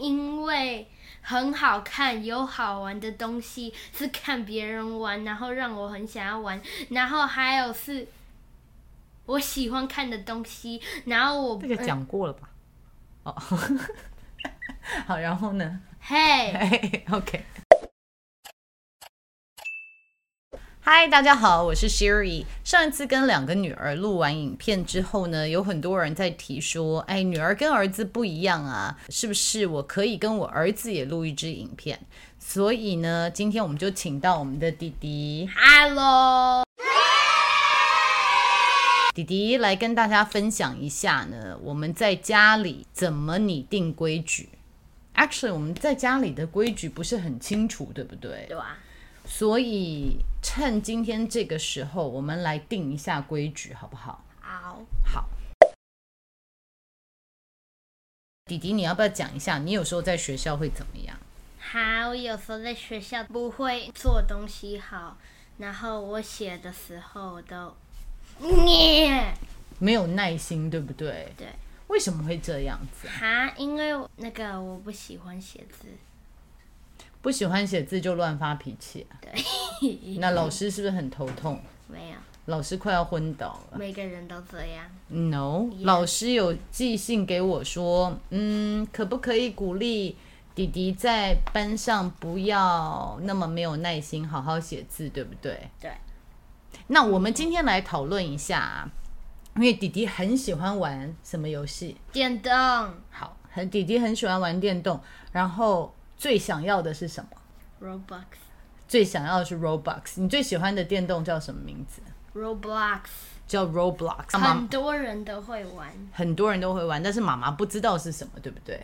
因为很好看，有好玩的东西，是看别人玩，然后让我很想要玩，然后还有是我喜欢看的东西，然后我这个嗯讲过了吧？哦， 好，然后呢？ 嘿，哎，OK。嗨，大家好，我是 Sherry。上一次跟两个女儿录完影片之后呢，有很多人在提说，哎，女儿跟儿子不一样啊，是不是？我可以跟我儿子也录一支影片。所以呢，今天我们就请到我们的弟弟，哈喽，弟弟来跟大家分享一下呢，我们在家里怎么拟定规矩。Actually，我们在家里的规矩不是很清楚，对不对对？啊吧？所以趁今天这个时候，我们来定一下规矩，好不好？好，好。弟弟，你要不要讲一下，你有时候在学校会怎么样？好，我有时候在学校不会做东西好，然后我写的时候都， 念没有耐心，对不对？对，为什么会这样子？哈，因为我那个我不喜欢写字，不喜欢写字就乱发脾气、啊，对，那老师是不是很头痛？没有，老师快要昏倒了。每个人都这样。 No，、 Yeah 老师有寄信给我说，嗯，可不可以鼓励弟弟在班上不要那么没有耐心，好好写字，对不对？对。那我们今天来讨论一下、啊，因为弟弟很喜欢玩什么游戏？电动好，很弟弟很喜欢玩电动，然后最想要的是什么？ Roblox 最想要的是 Roblox。你最喜欢的电动叫什么名字？ Roblox，叫 Roblox。很多人都会玩。很多人都会玩，但是妈妈不知道是什么，对不对？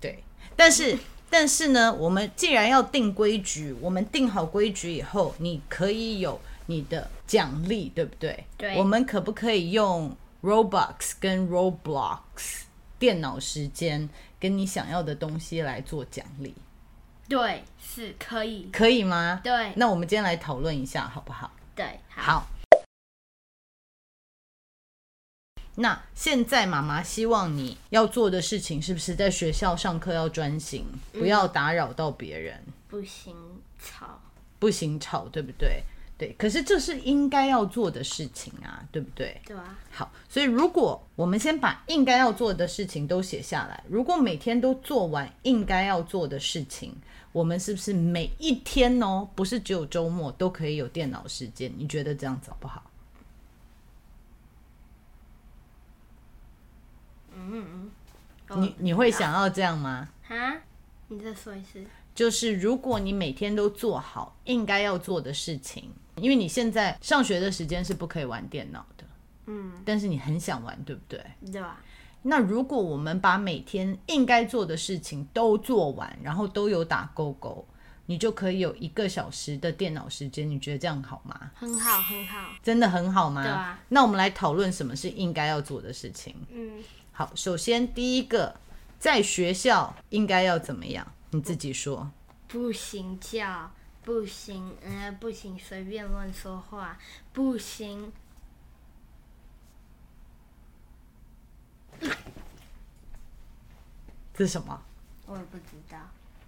对，但是但是呢，我们既然要定规矩，我们定好规矩以后，你可以有你的奖励，对不对？对我们可不可以用 Robux 跟 Roblox 电脑时间跟你想要的东西来做奖励，对，是可以。可以吗？对那我们今天来讨论一下，好不好？对，好，好。那现在妈妈希望你要做的事情，是不是在学校上课要专心，不要打扰到别人，不行吵。不行吵，对不对？对，可是这是应该要做的事情啊，对不对？对啊，好，所以如果我们先把应该要做的事情都写下来，如果每天都做完应该要做的事情，我们是不是每一天哦，不是只有周末都可以有电脑时间？你觉得这样子好不好？嗯哦你你会想要这样吗？哈？你再说一次。就是如果你每天都做好应该要做的事情，因为你现在上学的时间是不可以玩电脑的，嗯，但是你很想玩，对不对？对啊吧？那如果我们把每天应该做的事情都做完，然后都有打勾勾，你就可以有一个小时的电脑时间，你觉得这样好吗？很好，很好。真的很好吗？对啊那我们来讨论什么是应该要做的事情。嗯，好，首先第一个，在学校应该要怎么样？你自己说。不行叫，不行，呃，不行随便乱说话，不行。这是什么？我也不知道。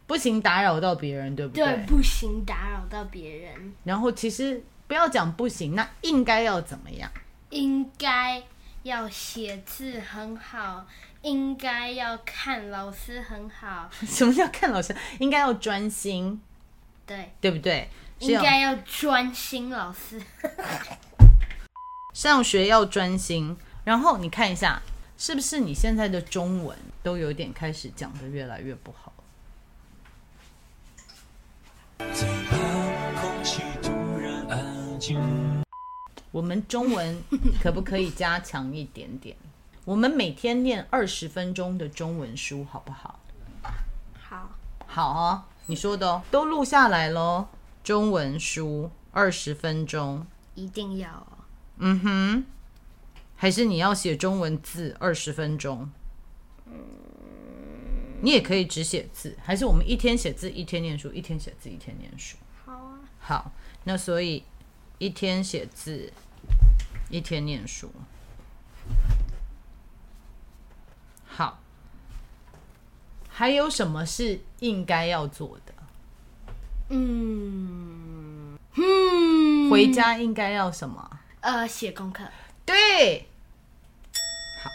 不行打扰到别人，对不对，不行打扰到别人，然后其实不要讲不行，那应该要怎么样？ 应该要写字很好，应该要看老师很 好，什么叫看老师？应该要专心，对。对不对？是哦应要该要专心老师。上学要专心。然后你看一下，是不是你现在的中文都有点开始讲的越来越不好？我们中文可不可以加强一点点？我们每天念二十分钟的中文书，好不好？好，好哦，你说的哦，嗯都录下来喽。中文书二十分钟，一定要、哦。嗯哼，还是你要写中文字二十分钟？嗯你也可以只写字，还是我们一天写字一天念书，一天写字一天念书？好啊，好，那所以一天写字，一天念书。好，还有什么是应该要做的？嗯，嗯，回家应该要什么？呃，写功课，对，好，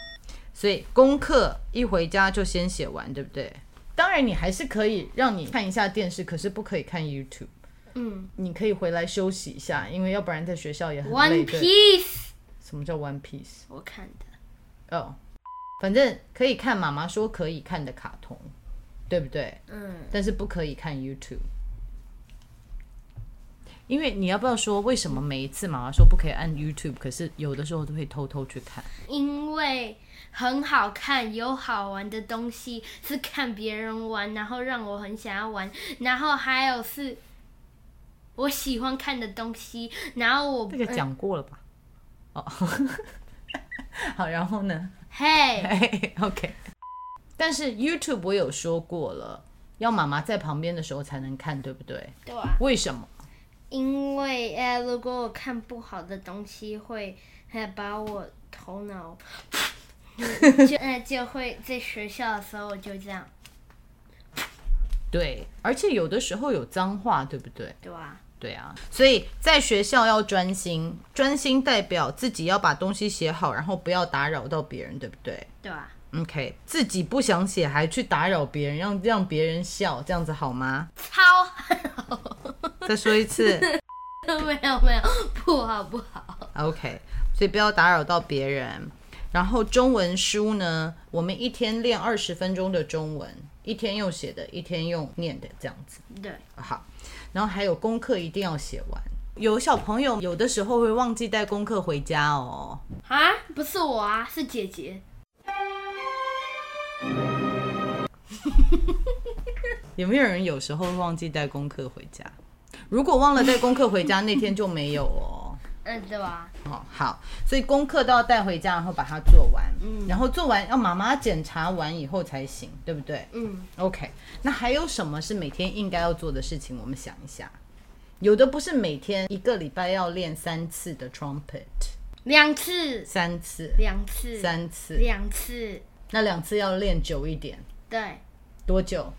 所以功课一回家就先写完，对不对？当然，你还是可以让你看一下电视，可是不可以看 YouTube。嗯你可以回来休息一下，因为要不然在学校也很累。 ，One 对 Piece，什么叫 One Piece？我看的，哦、反正可以看妈妈说可以看的卡通，对不对？嗯，但是不可以看 YouTube。因为你要不要说为什么每一次妈妈说不可以按 YouTube，可是有的时候都会偷偷去看？因为很好看，有好玩的东西是看别人玩，然后让我很想要玩，然后还有是我喜欢看的东西，然后我这个讲过了吧？哦， 好，然后呢？ 嘿，哎，OK。但是 YouTube 我有说过了，要妈妈在旁边的时候才能看，对不对？对啊，为什么？因为呃，如果我看不好的东西会，呃把我头脑 就呃就会在学校的时候我就这样，对，而且有的时候有脏话，对不对？对吧、对啊，所以在学校要专心，专心代表自己要把东西写好，然后不要打扰到别人，对不对对啊吧、 ？OK，自己不想写还去打扰别人，让让别人笑，这样子好吗？超 再说一次没有没有不好不好， ，OK，所以不要打扰到别人。然后中文书呢，我们一天练二十分钟的中文，一天用写的，一天用念的，这样子。对，好，然后还有功课一定要写完。有小朋友有的时候会忘记带功课回家哦。啊，不是我啊，是姐姐。有没有人有时候会忘记带功课回家？如果忘了带功课回家，那天就没有哦。嗯，对吧？哦，好，所以功课都要带回家，然后把它做完，然后做完要妈妈检查完以后才行，对不对？嗯， OK，那还有什么是每天应该要做的事情？我们想一下，有的不是每天一个礼拜要练三次的 trumpet，两次，三次，两次，三次，两次，那两次要练久一点，对，多久？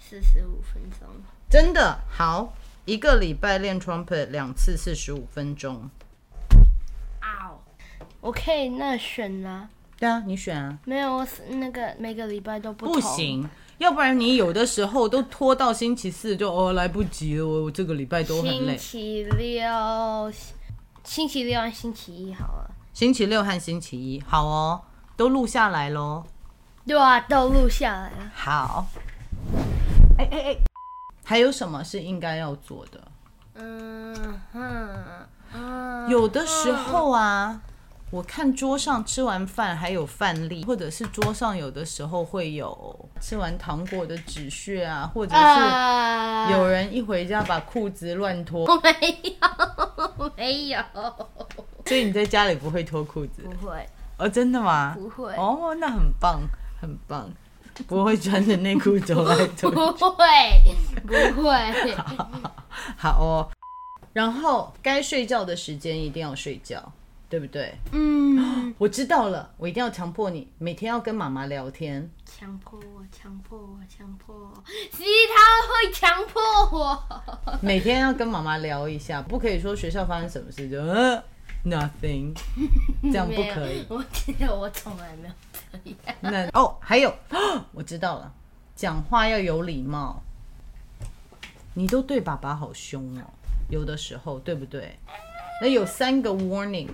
四十五分钟。真的好，一个礼拜练 trumpet 两次四十五分钟。啊哦，我可以那选了，对啊，你选啊，没有，我是那个每个礼拜都不不同，行，要不然你有的时候都拖到星期四就哦来不及了，我我这个礼拜都很星累。期六，星期六和星期一好了。星期六和星期一，好哦，都录下来喽。对啊，都录下来了。好。哎哎哎，还有什么是应该要做的？嗯哼，嗯，有的时候啊，我看桌上吃完饭还有饭粒，或者是桌上有的时候会有吃完糖果的纸屑啊，或者是啊，有人一回家把裤子乱脱，我没有，没有，所以你在家里不会脱裤子不会，哦？真的吗？不会哦，那很棒，很棒，不会穿着内裤走来走不去。会，不会。 好哦，然后该睡觉的时间一定要睡觉，对不对？嗯，我知道了，我一定要强迫你每天要跟妈妈聊天。强迫我，强迫我，强迫我，其实他会强迫我。每天要跟妈妈聊一下，不可以说学校发生什么事就呃 nothing，这样不可以没。有我记得我从来没有这样。那哦，还有， 我知道了，讲话要有礼貌。你都对爸爸好凶哦，有的时候对不对？那有三个 warning，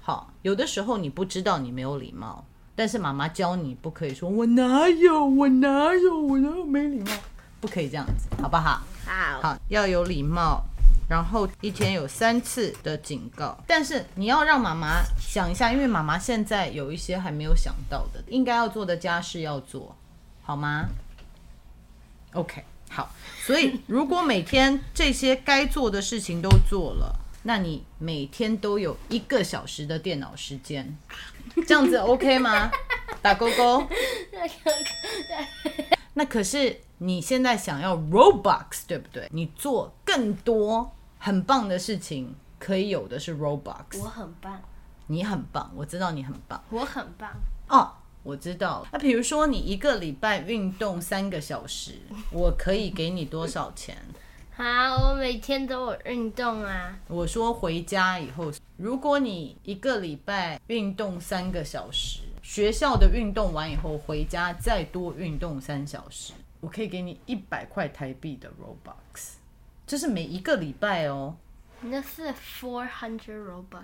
好，有的时候你不知道你没有礼貌，但是妈妈教你不可以说我哪有，我哪有，我哪有没礼貌，不可以这样子，好不好？好，好，要有礼貌，然后一天有三次的警告。但是你要让妈妈想一下，因为妈妈现在有一些还没有想到的，应该要做的家事要做，好吗？OK，好。所以如果每天这些该做的事情都做了， 那你每天都有一个小时的电脑时 间，这样子 OK 吗？打勾勾。 那可是你现在想要 Robux，对不对？你做更多很棒的事情，可以有的是 Robux。我很棒，你很棒，我知道你很棒我很棒，哦，我知道了。那比如说你一个礼拜运动三个小 时，我可以给你多少钱？啊，我每天都有运动啊，我说回家以后，如果你一个礼拜运动三个小时，学校的运动完以后回家再多运动三小时，我可以给你一百块台币的 Robux，这是每一个礼拜哦。那是 four hundred robux。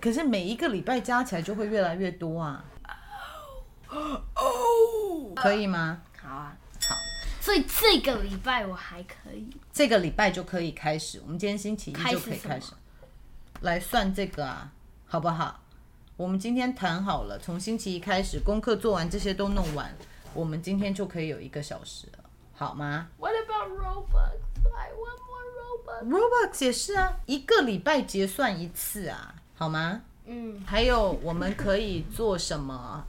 可是每一个礼拜加起来就会越来越多啊。哦，可以吗？好啊，好，所以这个礼拜我还可以。这个礼拜就可以开始，我们今天星期一开始就可以开什始，来算这个啊，好不好？我们今天谈好了，从星期一开始，功课做完，这些都弄完，我们今天就可以有一个小时了，好吗 What about robux? I want more robux. ？Robux 也是啊，一个礼拜结算一次啊，好吗？嗯，还有我们可以做什么？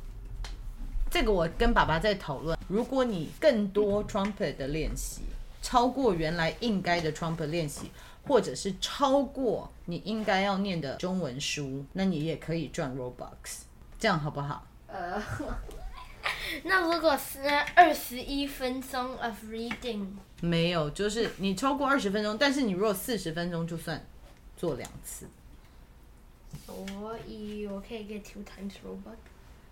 这个我跟爸爸在讨论。如果你更多 trumpet 的练习，超过原来应该的 trumpet 练习，或者是超过你应该要念的中文书，那你也可以赚 robux，这样好不好？呃，那如果是二十一分钟 of reading，没有，就是你超过二十分钟，但是你如果四十分钟就算做两次。所以我可以 get two times robux。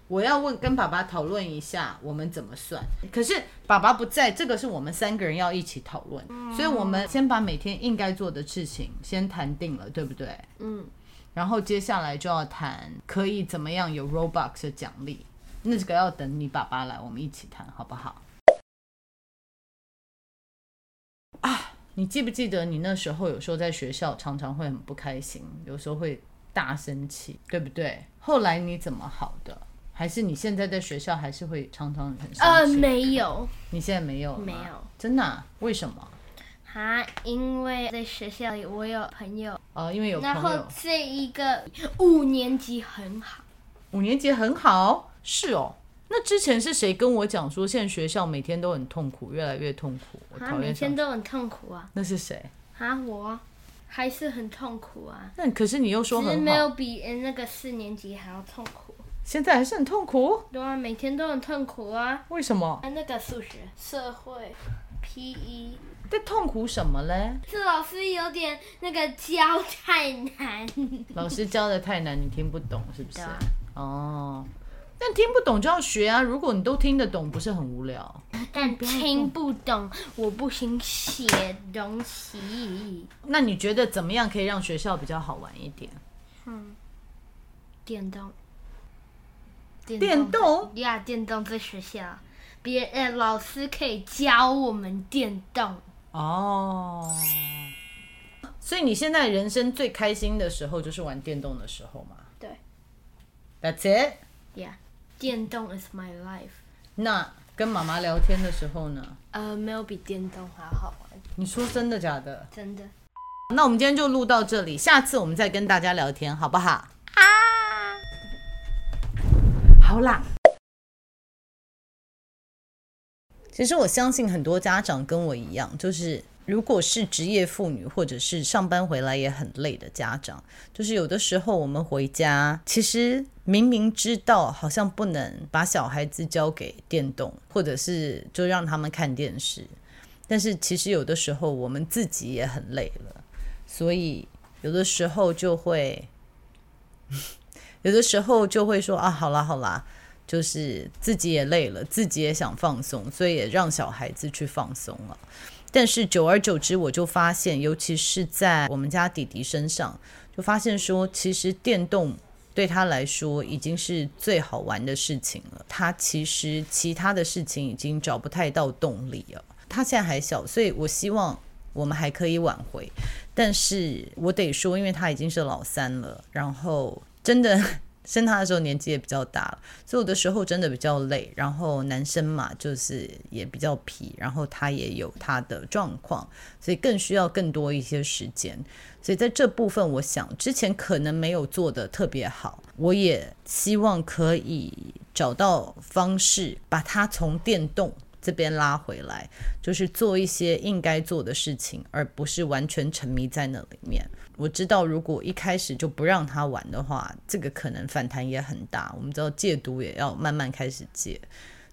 我要问跟爸爸讨论一下，我们怎么算？可是爸爸不在，这个是我们三个人要一起讨论，所以我们先把每天应该做的事情先谈定了，对不对？嗯，然后接下来就要谈可以怎么样有 Robux 的奖励，那这个要等你爸爸来，我们一起谈好不好？啊，你记不记得你那时候有时候在学校常常会很不开心，有时候会大生气，对不对？后来你怎么好的？还是你现在在学校还是会常常很呃，生气？没有你现在没有了吗没有，真的啊、为什么？啊，因为在学校里我有朋友，哦，因为有然朋后友，这一个五年级很好，五年级很好，是哦。那之前是谁跟我讲说，现在学校每天都很痛苦，越来越痛苦？我啊，讨每厌上天。都很痛苦啊，那是谁？啊，我还是很痛苦啊，那可是你又说只是很没有好，比那个四年级还要痛苦。现在还是很痛苦，对啊，每天都很痛苦啊。为什么？啊，那个数学、社会、PE，E 在痛苦什么嘞？这老师有点那个教太难。老师教的太难，你听不懂是不是对啊？哦，但听不懂就要学啊！如果你都听得懂，不是很无聊？但听不懂，我不行写东西。那你觉得怎么样可以让学校比较好玩一点？电动，电动呀电动在学校，别呃老师可以教我们电动。哦，所以你现在人生最开心的时候就是玩电动的时候嘛对？That's it。呀，电动 is my life。那跟妈妈聊天的时候呢？呃，没有比电动还好玩，你说真的假的？真的。那我们今天就录到这里，下次我们再跟大家聊天，好不好？啊，好啦。其实我相信很多家长跟我一样，就是如果是职业妇女或者是上班回来也很累的家长，就是有的时候我们回家，其实明明知道好像不能把小孩子交给电动，或者是就让他们看电视，但是其实有的时候我们自己也很累了。所以有的时候就会， 有的时候就会说啊，好啦好啦，就是自己也累了，自己也想放松，所以也让小孩子去放松了。但是久而久之，我就发现，尤其是在我们家弟弟身上，就发现说，其实电动对他来说已经是最好玩的事情了。他其实其他的事情已经找不太到动力了。他现在还小，所以我希望我们还可以挽回。但是我得说，因为他已经是老三了，然后真的 生他的时候年纪也比较大了，所以有的时候真的比较累。然后男生嘛，就是也比较皮，然后他也有他的状况，所以更需要更多一些时间。所以在这部分，我想之前可能没有做的特别好，我也希望可以找到方式，把它从电动这边拉回来，就是做一些应该做的事情，而不是完全沉迷在那里面。我知道，如果一开始就不让他玩的话，这个可能反弹也很大。我们知道戒毒也要慢慢开始戒，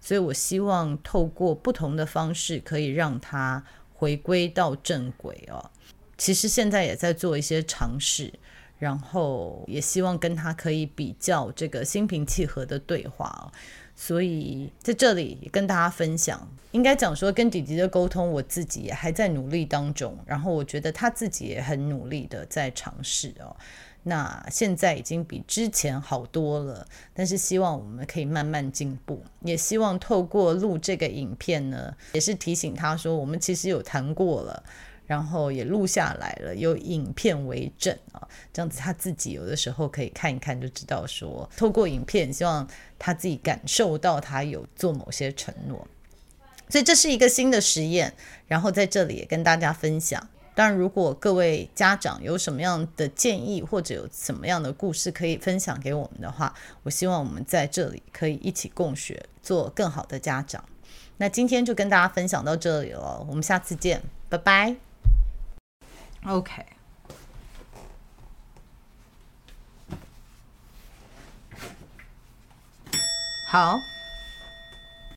所以我希望透过不同的方式，可以让他回归到正轨哦。其实现在也在做一些尝试，然后也希望跟他可以比较这个心平气和的对话哦。所以在这里也跟大家分享，应该讲说跟弟弟的沟通，我自己也还在努力当中。然后我觉得他自己也很努力的在尝试哦。那现在已经比之前好多了，但是希望我们可以慢慢进步，也希望透过录这个影片呢，也是提醒他说，我们其实有谈过了。然后也录下来了，有影片为证啊，这样子他自己有的时候可以看一看就知道说，透过影片，希望他自己感受到他有做某些承诺，所以这是一个新的实验，然后在这里也跟大家分享。当然，如果各位家长有什么样的建议或者有什么样的故事可以分享给我们的话，我希望我们在这里可以一起共学，做更好的家长。那今天就跟大家分享到这里了，我们下次见，拜拜。OK，好。